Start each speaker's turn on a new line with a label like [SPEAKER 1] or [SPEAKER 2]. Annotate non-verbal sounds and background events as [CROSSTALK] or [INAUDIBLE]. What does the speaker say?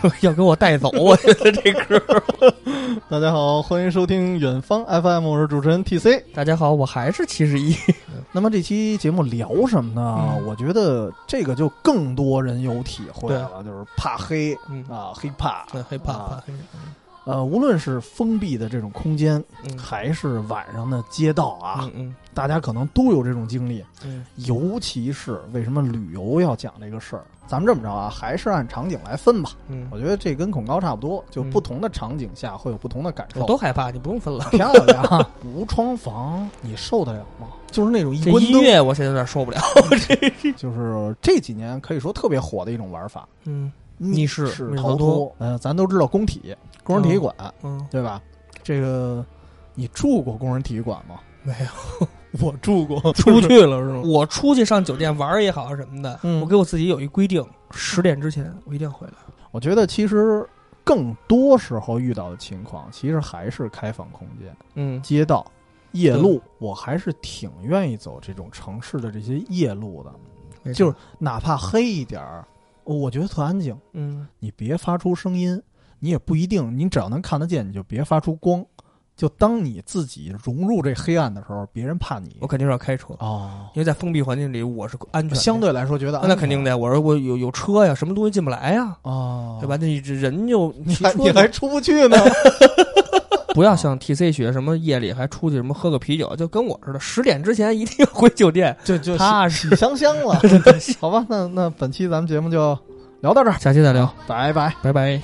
[SPEAKER 1] [LAUGHS] 要给我带走，我觉得这歌。
[SPEAKER 2] 大家好，欢迎收听远方 FM，我是主持人 TC。
[SPEAKER 1] 大家好，我还是七十一，
[SPEAKER 2] 那么这期节目聊什么呢？
[SPEAKER 1] 嗯
[SPEAKER 2] 我觉得这个就更多人有体会了，就是怕黑
[SPEAKER 1] [LAUGHS] 嗯，
[SPEAKER 2] 啊，黑怕。
[SPEAKER 1] 对，害怕嗯怕
[SPEAKER 2] 啊，呃，无论是封闭的这种空间，
[SPEAKER 1] 嗯
[SPEAKER 2] 还是晚上的街道啊，
[SPEAKER 1] 嗯嗯
[SPEAKER 2] 大家可能都有这种经历。
[SPEAKER 1] 嗯
[SPEAKER 2] 尤其是为什么旅游要讲这个事儿？咱们这么着啊，还是按场景来分吧。
[SPEAKER 1] 嗯，
[SPEAKER 2] 我觉得这跟恐高差不多，就
[SPEAKER 1] 嗯
[SPEAKER 2] 不同的场景下会有不同的感受。
[SPEAKER 1] 我都害怕，你不用分了。
[SPEAKER 2] 漂亮啊，无窗房你受得了吗？就是那种一
[SPEAKER 1] 这
[SPEAKER 2] 关
[SPEAKER 1] 音
[SPEAKER 2] 灯，
[SPEAKER 1] 乐我现在有点受不了。
[SPEAKER 2] 就是这几年可以说特别火的一种玩法。
[SPEAKER 1] 嗯密室密室逃
[SPEAKER 2] 逃脱哦
[SPEAKER 1] 脱，
[SPEAKER 2] 呃，咱都知道工体，工人体育馆，
[SPEAKER 1] 嗯，
[SPEAKER 2] 对吧？这个你住过工人体育馆吗？
[SPEAKER 1] 没有，
[SPEAKER 2] [LAUGHS] 我住 [LAUGHS] 过，
[SPEAKER 1] 出去了是吗？ [LAUGHS] 我出去上酒店玩儿也好什么的，
[SPEAKER 2] 嗯
[SPEAKER 1] 我给我自己有一规定，十点之前我一定要回来。
[SPEAKER 2] 我觉得其实更多时候遇到的情况，其实还是开放空间、
[SPEAKER 1] 嗯
[SPEAKER 2] 街道、夜路，我还是挺愿意走这种城市的这些夜路的，就是哪怕黑一点儿，我觉得特安静。
[SPEAKER 1] 嗯
[SPEAKER 2] 你别发出声音，你也不一定，你只要能看得见，你就别发出光。就当你自己融入这黑暗的时候，别人怕你
[SPEAKER 1] 我肯定是要开车，
[SPEAKER 2] 哦，
[SPEAKER 1] 因为在封闭环境里我是安全的，
[SPEAKER 2] 相对来说觉得安
[SPEAKER 1] 那肯定
[SPEAKER 2] 的
[SPEAKER 1] 的。我说我有有车呀，什么东西进不来呀，
[SPEAKER 2] 哦，
[SPEAKER 1] 对吧？？那你这人就 [LAUGHS] 你
[SPEAKER 2] 你还你还出不
[SPEAKER 1] [LAUGHS]
[SPEAKER 2] 去呢，
[SPEAKER 1] 不要像 T C 学什么夜里还出去什么喝个啤酒，就跟我似的，十点之前一定要回酒店，
[SPEAKER 2] 就就
[SPEAKER 1] 踏实。
[SPEAKER 2] 喜香香
[SPEAKER 1] [LAUGHS]
[SPEAKER 2] 了。好吧，那那本期咱们节目就聊到这儿，
[SPEAKER 1] 下期再聊，
[SPEAKER 2] 拜拜。
[SPEAKER 1] 拜拜。